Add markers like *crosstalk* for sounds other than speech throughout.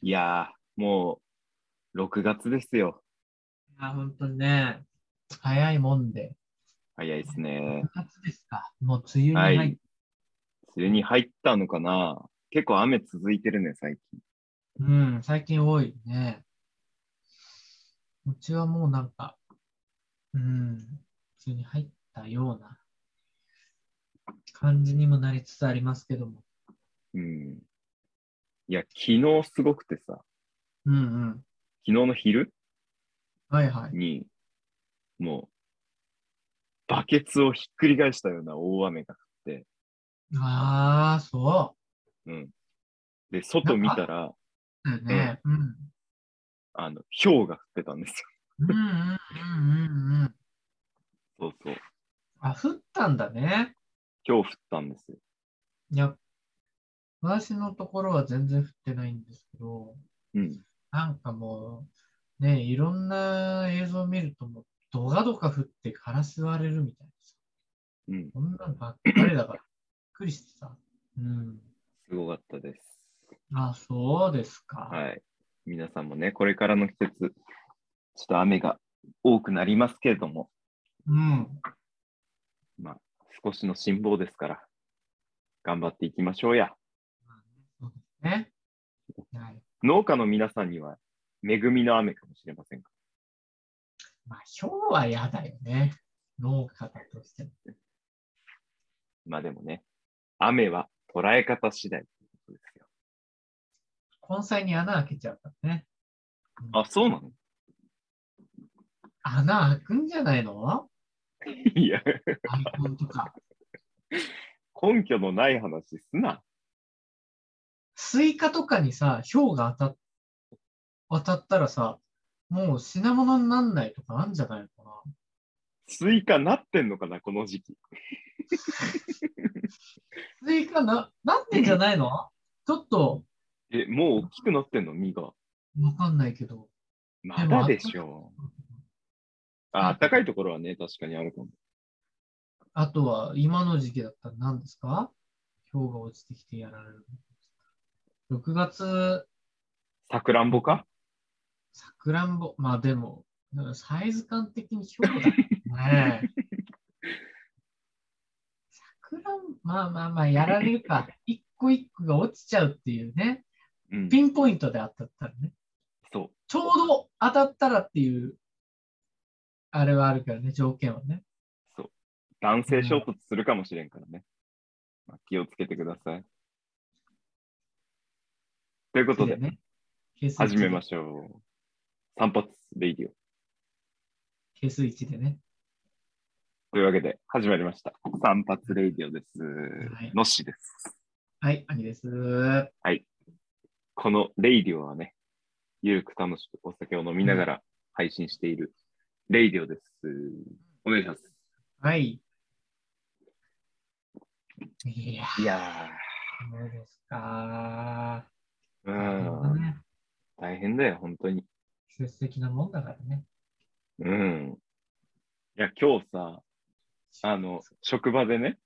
いやー、もう6月ですよ。いや、本当にね、早いもんで。早いですね6。月ですか。もう梅雨には入い。梅っ、雨に入ったのかな結構雨続いてるね、最近。うん、最近多いね。うちはもうなんか、うん、梅雨に入ったような感じにもなりつつありますけども。うん。いや、昨日すごくてさ、うんうん。昨日の昼はいはい。に、もう、バケツをひっくり返したような大雨が降って、ああ、そうん。で、外見た *laughs* ら、う。だよね。うん。あの、氷が降ってたんですうんうんうんうんうん。よ。そうそう。あ、降ったんだね。今日降ったんですよ。いや、私のところは全然降ってないんですけど、うん。なんかもう、ね、いろんな映像を見ると、もう、ドガドガ降ってガラス割れるみたいなさ、うん。そんなのばっかりだから、びっくりしてさ。うん。すごかったです。あ、そうですか。はい。皆さんもね、これからの季節、ちょっと雨が多くなりますけれども、うん。まあ、少しの辛抱ですから、頑張っていきましょうや。そうですね。はい。農家の皆さんには、恵みの雨かもしれませんが、まあ、今日は嫌だよね。農家だとしても。まあでもね、雨は捉え方次第ということですよ。根菜に穴開けちゃうからね。あ、そうなの穴開くんじゃないの *laughs* いや、アイコンとか。根拠のない話すな。スイカとかにさ、氷が当たっ当たったらさ、もう品物になんないとかあるんじゃないのかなスイカなってんのかな、この時期。スイカな、なってんじゃないのちょっと、え、もう大きくなってんの、実が。わかんないけど。まだでしょう。あ、暖かいところはね、確かにあるかも。あとは、今の時期だったら何ですか氷が落ちてきてやられる。6月、さくらんぼかさくらんぼ。まあでも、サイズ感的に氷だね。 *laughs* さくらんまあまあまあ、やられるか。一個一個が落ちちゃうっていうね。うん。ピンポイントで当たったらね。そう。ちょうど当たったらっていう、あれはあるからね、条件はね。そう。男性衝突するかもしれんからね。まあ、気をつけてください。ということで、ね。始めまししょう。散髪レイディオ。ケース1でね。というわけで、始まりました。散髪レイディオです。いのっしーです。はい、兄です。はこのレイディオはね、ゆるく楽しくお酒を飲みながら配信しているレイディオです。お願いします。い。いや、いやどうですか。ー、まあうん、ね、大変だよ、本当に。季節的なもんだからね。うん。いや、今日さ、あの、職場でね、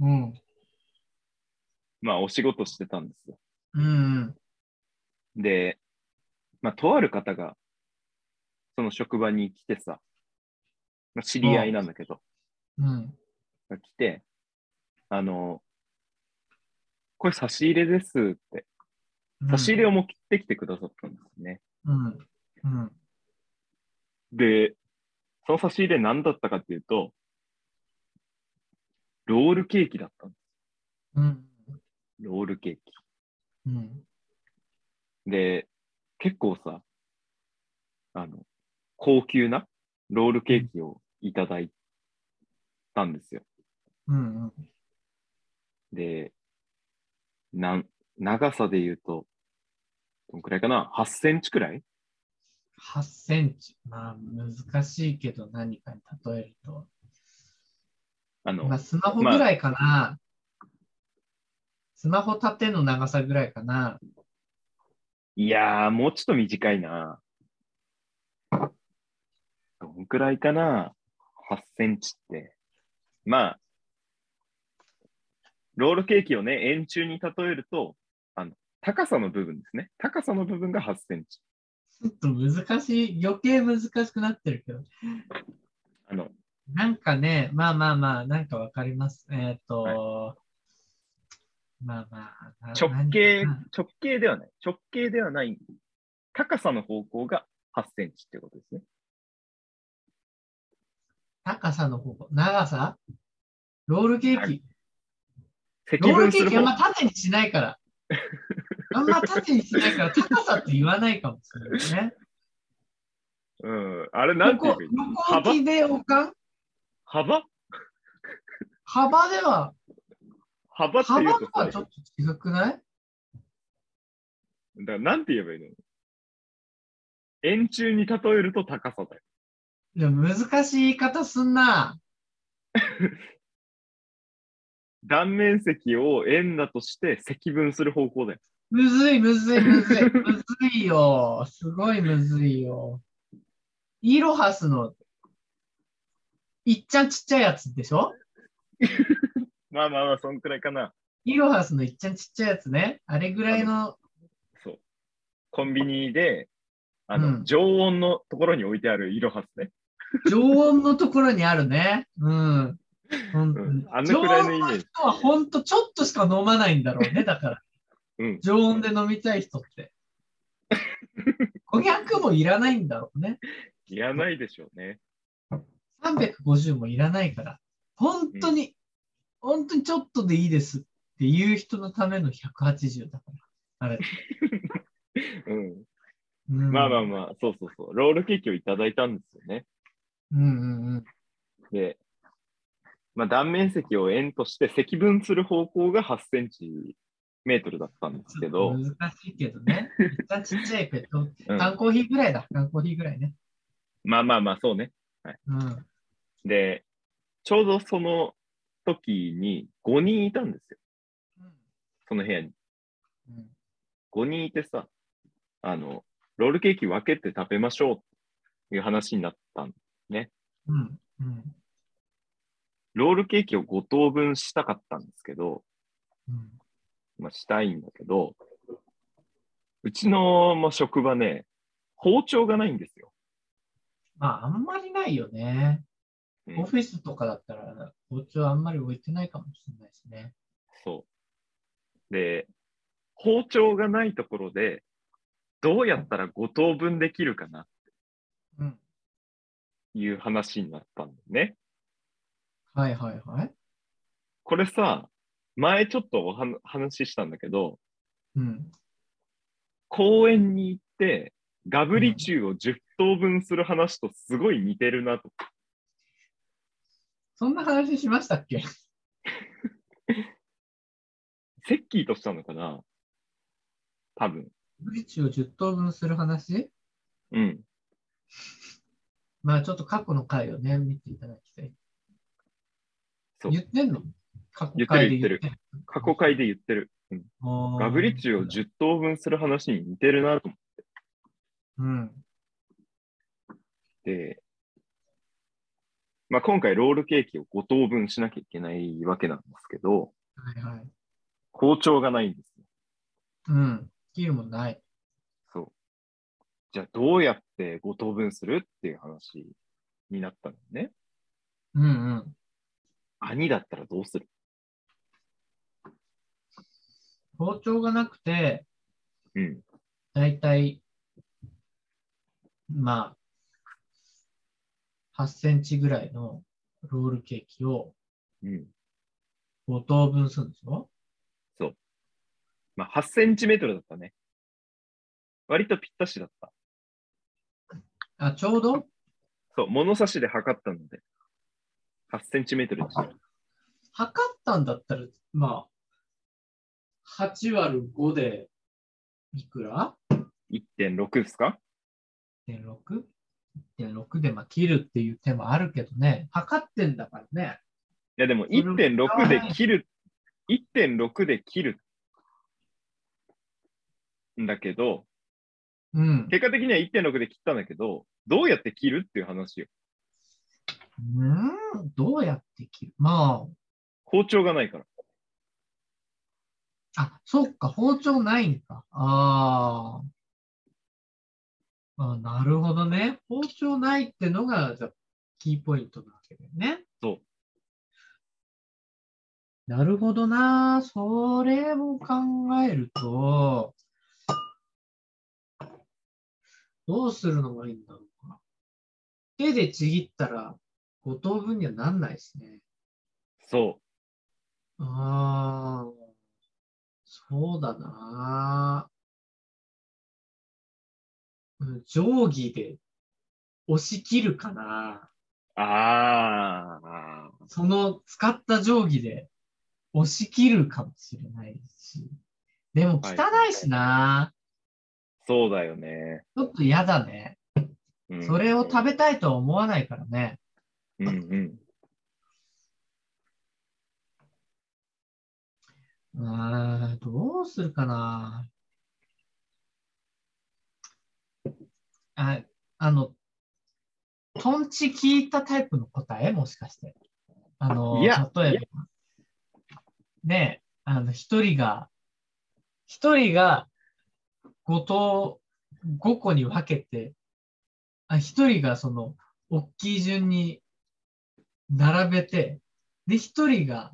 うん。まあ、お仕事してたんですよ。うん。で、まあ、とある方が、その職場に来てさ、まあ、知り合いなんだけど、うん。が来て、あの、これ差し入れですって、うん差し入れを持ってきてくださったんですね。うん。うん。で、その差し入れ何だったかっていうと、ロールケーキだったんでうん。す。ロールケーキ。うん。で、結構さ、あの、高級なロールケーキをいただいたんですよ。うん。で、なん、長さで言うと、どんくらいかな ?8 センチくらい8センチ。まあ、難しいけど、何かに例えると。あの、まあ、スマホぐらいかな。スマホ縦の長さぐらいかな。いやー、もうちょっと短いな。どんくらいかな ?8 センチって。まあ、ロールケーキをね、円柱に例えると、あの、高さの部分ですね。高さの部分が8センチ。ちょっと難しい、余計難しくなってるけど。あの、なんかね、まあまあまあ、なんかわかります。えっ、と、まあまあ、な直径何かな、直径ではない。直径ではない。高さの方向が8センチってことですね。高さの方向、長さロールケーキ。積ロール分すケーるキあん方ま縦にしないから。あんま縦にしないから、高さって言わないかもしれないね。うん。あれ *laughs* なんていう横かいい横置きでおかん幅幅では、幅って幅いうととはさ、ちだょかっと違くないらなんて言えばいいの円柱に例えると高さだよ。いや、難しい言い方すんな。断面積を円だとして積分する方向だよ。むずい、むずい、*laughs* むずい。むずいよ。すごいむずいよ。イロハスの、いっちゃんちっちゃいやつでしょまあまあまあ、そんくらいかな。イロハスのいっちゃんちっちゃいやつね。あれぐらいの、そう。コンビニで、あの、うん常温のところに置いてあるイロハスね。常温のところにあるね。うん。本当うにん。あ常のくらいの温イメのージ。人は本当ちょっとしか飲まないんだろうね。だから、うん。常温で飲みたい人って。500もいらないんだろうね。いらないでしょうね。 350もいらないから、本当に、本当にちょっとでいいですっていう人のための180だから。あれ。うん。うんまあまあまあ、そうそうそう。ロールケーキをいただいたんですよね。うんうんうん。で、まあ、断面積を円として積分する方向が8センチメートルだったんですけど、ちょっと難しいけど *laughs* ね。めっちゃちっちゃいペット。うん缶コーヒーぐらいだ。缶コーヒーぐらいね。まあまあまあ、そうね。うん。で、ちょうどその時に5人いたんですよ。その部屋に。うん5人いてさ、あの、ロールケーキ分けて食べましょうっていう話になったんうん。うん。ロールケーキを5等分したかったんですけど、うん。まあ、したいんだけど、うちのもう職場ね、包丁がないんですよ。まあ、あんまりないよね。うんオフィスとかだったら、包丁あんまり置いてないかもしれないしね。そう。で、包丁がないところで、どうやったら5等分できるかなっうん。ていう話になったんだよね。はいはいはい。これさ、前ちょっとおは話ししたんだけど、うん。公園に行って、ガブリチュウを10等分する話とすごい似てるなと。そんな話しましたっけセッキーとしたのかな多分。ブリッジを10等分する話うん。まあちょっと過去の回をね、見ていただきたい。そう言ってんの過去言ってる回で言ってる言って過去回で言ってる。うんガブリッジを10。 10等分する話に似てるなと思うん。って、まあ、今回ロールケーキを5等分しなきゃいけないわけなんですけど、はいはい。包丁がないんですよ。うん。切るもんない。そう。じゃあどうやって5等分するっていう話になったのね。うんうん。兄だったらどうする包丁がなくて、うん。だいたい、まあ、8センチぐらいのロールケーキをうん。 5等分するんでしょまあ、8センチメートルだったね。割とぴったしだった。あ、ちょうどそう、物差しで測ったので、8センチメートルでした。測ったんだったら、まあ、8割る5で、いくら1.6ですか ?1.6?1.6 でまあ切るっていう手もあるけどね、測ってんだからね。いやでもれも1.6で切る、1.6で切る。んだけど、うん。結果的には1.6で切ったんだけど、どうやって切るっていう話よ。うーん、どうやって切るまあ、包丁がないから。あ、そっか、包丁ないんか。あーあ。なるほどね。包丁ないってのが、じゃあキーポイントなわけだよね。そう。なるほどな。それを考えると、どうするのがいいんだろうか。手でちぎったら、5等分にはなんないですね。そああ、そうだな。うん定規で押し切るかな。う。ああ。その使った定規で押し切るかもしれないし。でも汚いしな。そうだよね。ちょっと嫌だね。うんそれを食べたいとは思わないからね。うんうん。うーん、どうするかな。あ、あの、トンチ聞いたタイプの答えもしかして。あの、いや例いえやば、ねえ、あの、一人が、一人が5等、5個に分けて、あ、一人がその、大きい順に並べて、で、一人が、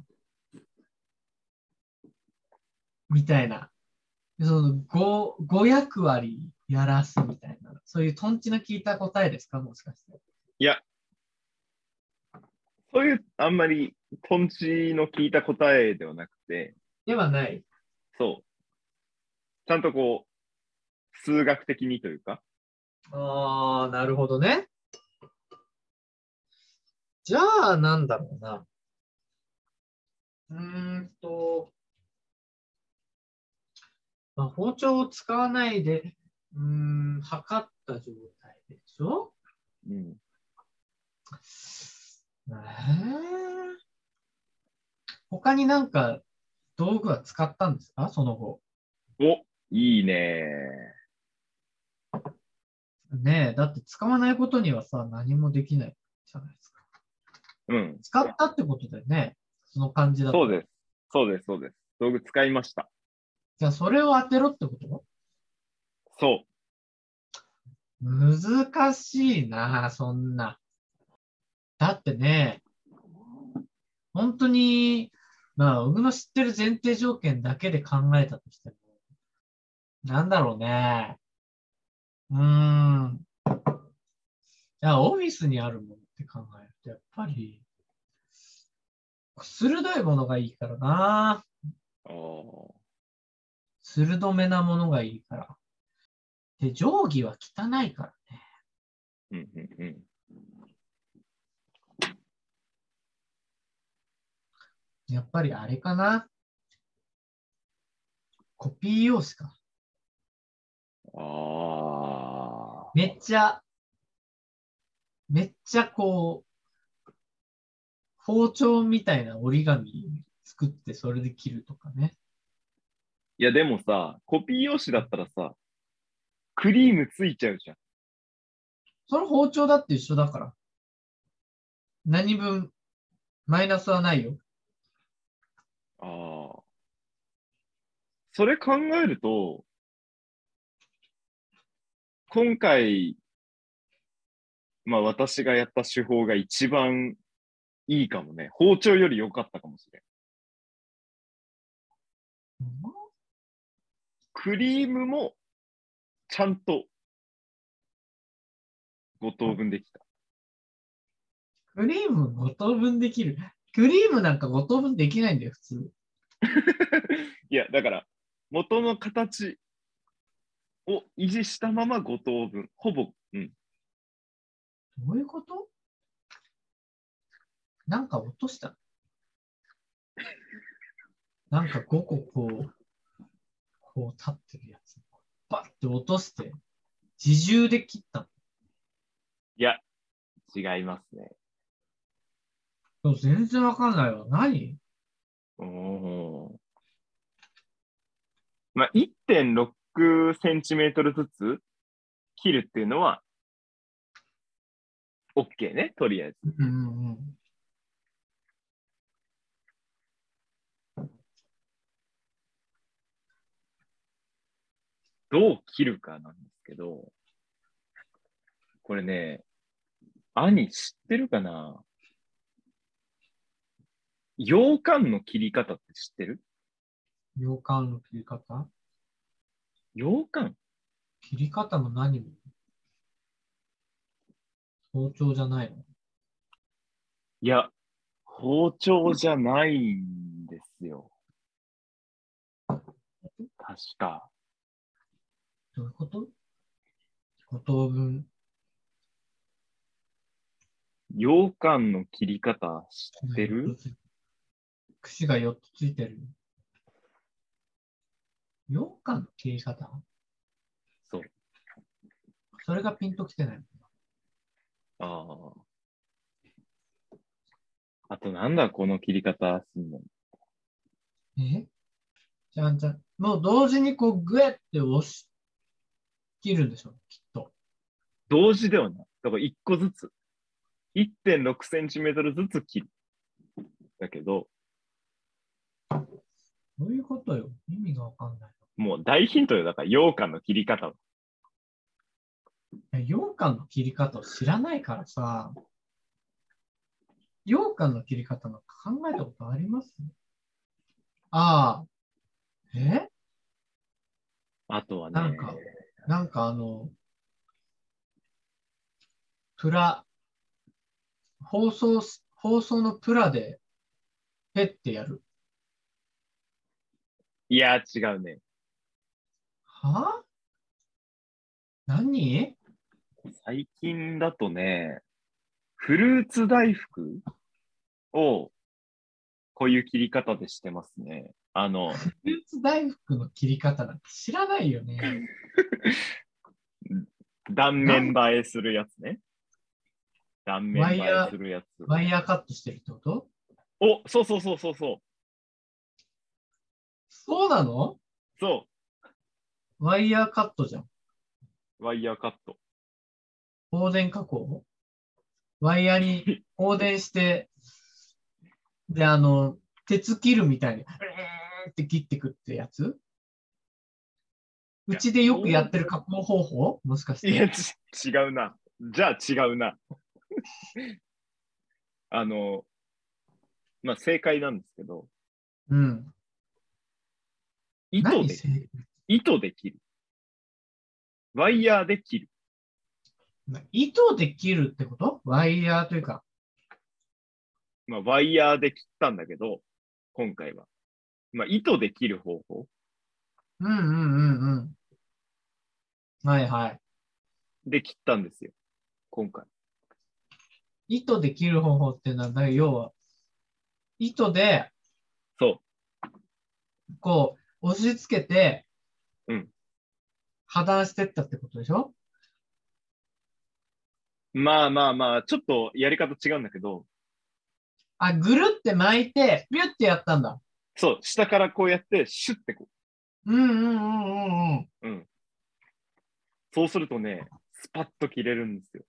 みたいな。でその5、5役割やらすみたいな。そういうトンチの効いた答えですかもしかして。そういう、あんまり、とんちの聞いた答えではなくて、ではない。そう。ちゃんとこう、数学的にというか、ああ、なるほどね。じゃあ、なんだろうな。うーんと、まあ、包丁を使わないで、うーん、測った状態でしょうん、えー他になんか道具は使ったんですかその後。おいいねねえ、だって使わないことにはさ、何もできないじゃないですか。うん。使ったってことだよね。その感じだと。そうです。そうです。そうです。道具使いました。じゃあ、それを当てろってことそ難しいな、そんな。だってね、本当に、まあ、僕の知ってる前提条件だけで考えたとしても、なんだろうね。うーん。いや、オフィスにあるものって考えると、やっぱり、鋭いものがいいからな。う。お鋭めなものがいいから。で、定規は汚いからね。ーうんうんうん。やっぱりあれかな。コピー用紙か。ああ。めっちゃ、めっちゃこう、包丁みたいな折り紙作ってそれで切るとかね。いや、でもさ、コピー用紙だったらさ、クリームついちゃうじゃん。それ包丁だって一緒だから。何分、マイナスはないよ。ああ。それ考えると、今回、まあ私がやった手法が一番いいかもね。包丁より良かったかもしれん。クリームもちゃんと5等分できた。クリーム5等分できる。クリームなんか5等分できないんだよ、普通。いや、だから元の形を維持したまま5等分。ほぼ、うん。どういうことなんか落とした *laughs* なんか5個こう、こう立ってるやつ。バッて落として、自重で切った違いますね。の。でも全然わかんないわ。何おお。まあ、1.6センチメートルずつ切るっていうのは、OK ね、とりあえず。うんうんうん。どう切るかなんですけど、これね、兄知ってるかな羊羹の切り方って知ってる洋館の切り方羊羹切り方も何も包丁じゃないのいや、包丁じゃないんですよ。確か。どういうこと五等分。羊羹の切り方知ってる串が4つついてる。羊羹の切り方そう。それがピンときてない。ああ。あとなんだこの切り方すんのえじゃんじゃん。もう同時にこうグエって押し切るんでしょきっと。同時ではない。だから1個ずつ。1.6センチメートルずつ切る。だけど、どういうことよ意味がわかんない。もう大ヒントよ。だから羊羹の切り方は。いや羊羹の切り方を知らないからさ、羊羹の切り方なんか考えたことありますああ、えあとはね、なんかなんかあの、プラ、放送す、放送のプラで、ペッてやる。いや、違うね。はぁ何最近だとね、フルーツ大福をこういう切り方でしてますね。あ *laughs* の、フルーツ大福の切り方なんて知らないよね。断面映えするやつね。断面ワイ映ヤえーするやつ。ワイヤーカットしてるってことお、そうそうそうそうそう。そうなのそワイヤーカットじゃん。う、ワイヤーカット。放電加工ワイヤーに放 *laughs* 電して、で、あの、鉄切るみたいに、うーんって切ってくってやつうちでよくやってる加工方法もしかしいや、て。ち違うな。じゃあ違うな。 *laughs* あの、まあ、正解なんですけど、うん。糸何で、せい糸で切る。ワイヤーで切る。糸で切るってことワイヤーというか。まあ、ワイヤーで切ったんだけど、今回は。まあ、糸で切る方法。うんうんうんうん。はいはい。で切ったんですよ。今回。糸で切る方法っていうのは、だから要は、糸でそう。こう、押し付けて、うん破断してったってことでしょまあまあまあ、ちょっとやり方違うんだけど、あ、ぐるって巻いて、ビュってやったんだ。そう、下からこうやって、シュッてこうんうんうんうんうん。う。うん。そうするとね、スパッと切れるんですよ。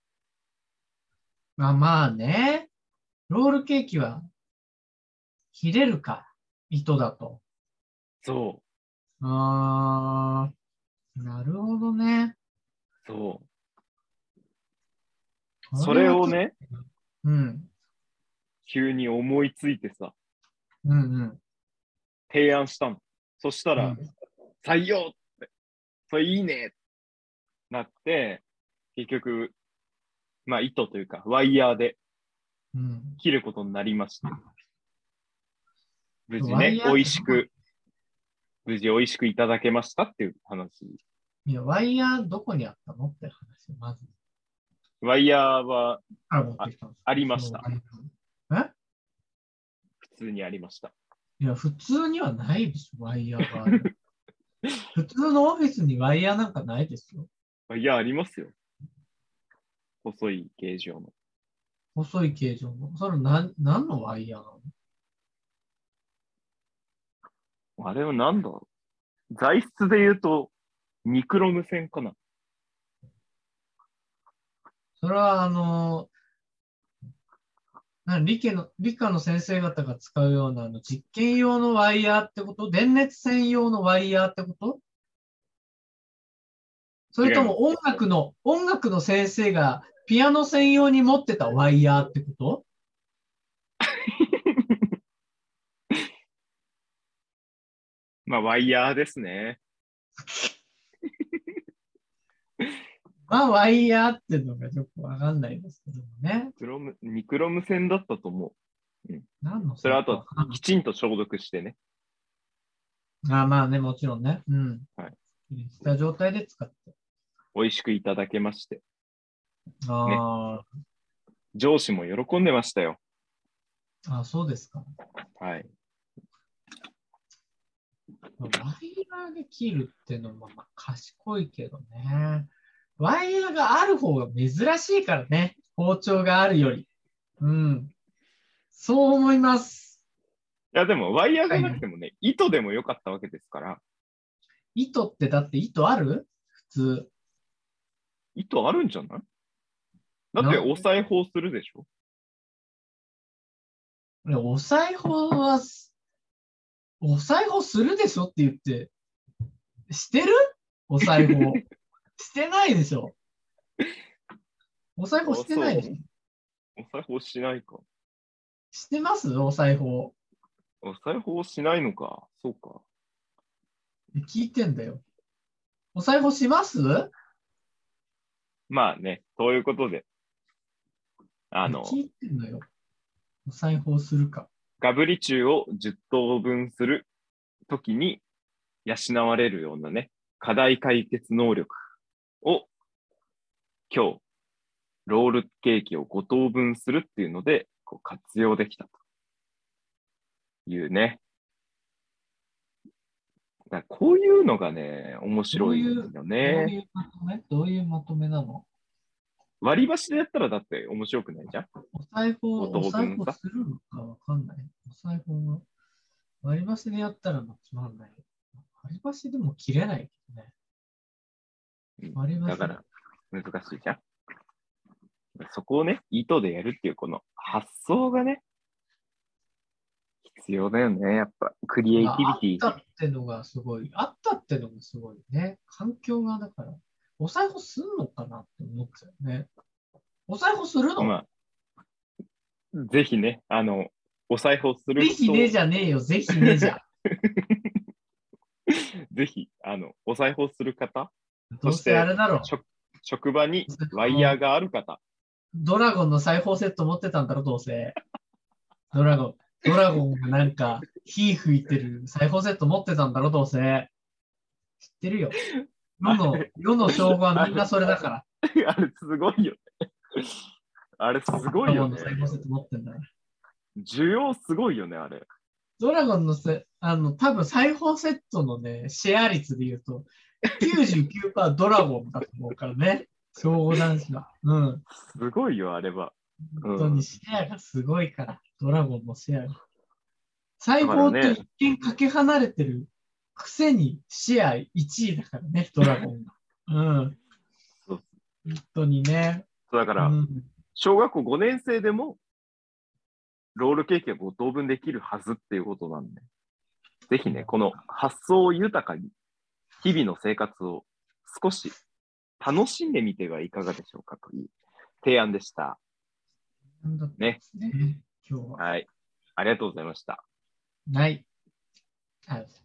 まあまあね。ロールケーキは、切れるか。糸だと。そあー、なるほどね。う、そう。それを。ね、うん。急に思いついてさ、うんうん。提案したの。そしたうらん、採用って、それいいねってなって、結局、まあ糸というか、ワイヤーでうん。切ることになりました。無事ワイね、ヤー美味しく、無事美味しくいただけましたっていう話。いや、ワイヤーどこにあったのって話、まず。ワイヤーはあ持ってきたんですあありましたそのワイヤー普通にありました。いや、普通にはないでしょ、ワイヤーがある。普通のオフィスにワイヤーなんかないですよ。ワイヤーありますよ。細い形状の。細い形状の。それなん何のワイヤーなのあれは何だろう材質で言うと、ニクロム線かなそれは、あのな理系の、理科の先生方が使うようなあの実験用のワイヤーってこと電熱線用のワイヤーってことそれとも音楽の、音楽の先生がピアノ専用に持ってたワイヤーってことまあ、ワイヤーですね。まあ、ワイヤーっていうのがよくわかんないですけどもね。クロムニクロム線だったと思何のう。それはあとわかんなきいちんと消毒してね。あまあね、もちろんね。うん。はいした状態で使って。美味しくいただけまして。あ上司も喜んでましたよ。ー、あ、そうですか。はい。ワイヤーで切るっていうのもまあ賢いけどね。ワイヤーがある方が珍しいからね。包丁があるより。うん。そう思います。いや、でも、ワイヤーがなくてもね、糸でもよかったわけですから、糸ってだって糸ある普通。糸あるんじゃないだって、なんお裁縫するでしょねお裁縫はす、お裁縫するでしょって言って、してるお裁縫。 *laughs* してないでしょ。お裁縫してないでしょ。お裁縫しないか。してますお裁縫。お裁縫しないのか。そうか。聞いてんだよ。お裁縫しますまあね、ということで、あの、聞いてんのよ。お裁縫するか。ガブリチュウを10等分するときに養われるようなね、課題解決能力を今日、ロールケーキを5等分するっていうので、こう活用できたというね。だからこういうのがね、面白いんだよどうね。いうまとめどういうまとめなの割り箸でやったらだって面白くないじゃんお裁縫、お豆お腐裁縫さするのかわかんない。お裁縫は割り箸でやったらまあつまんない。割り箸でも切れないけどね。うん割り箸だから難しいじゃん。そこをね、糸でやるっていうこの発想がね、必要だよね。やっぱクリエイティビテまあィあ。ったってのがすごい。あったってのがすごいね。環境がだから、お裁縫すんのかなって思っちゃうね。お裁縫するの、まあ、ぜひね、あの、お裁縫するぜ人ひねじゃねえよ、ぜひね *laughs* じゃ。ぜひ、あの、お裁縫する方、どうせあれだろう。職職場にワイヤーがある方、 *laughs* ドラゴンの裁縫セット持ってたんだろ、どうせ。ドラゴン。ドラゴンがなんか、火吹いてる裁縫セット持ってたんだろ、どうせ。知ってるよ。世の、世の称号はみんなそれだから。あれすごいよね。あれすドごラいゴよンのね。裁縫セット持ってんだから。需要すごいよね、あれ。ドラゴンのせ、あの、多分裁縫セットのね、シェア率で言うと、99%ドラゴンだと思うからね。称号男子は。うん。すごいよ、あれは。本当にシェアがすごいから、ドラゴンのシェアが。最高と一見かけ離れてるくせにシェア1位だからね、ドラゴ *laughs* ンが。うん。そう本当にね。そうだかうら、ん、小学校5年生でも、ロールケーキが5等分できるはずっていうことなんで、ぜひね、この発想を豊かに、日々の生活を少し楽しんでみてはいかがでしょうかという提案でした。なんだったんですね。今日は。はい。ありがとうございました。ない。ありがとうございます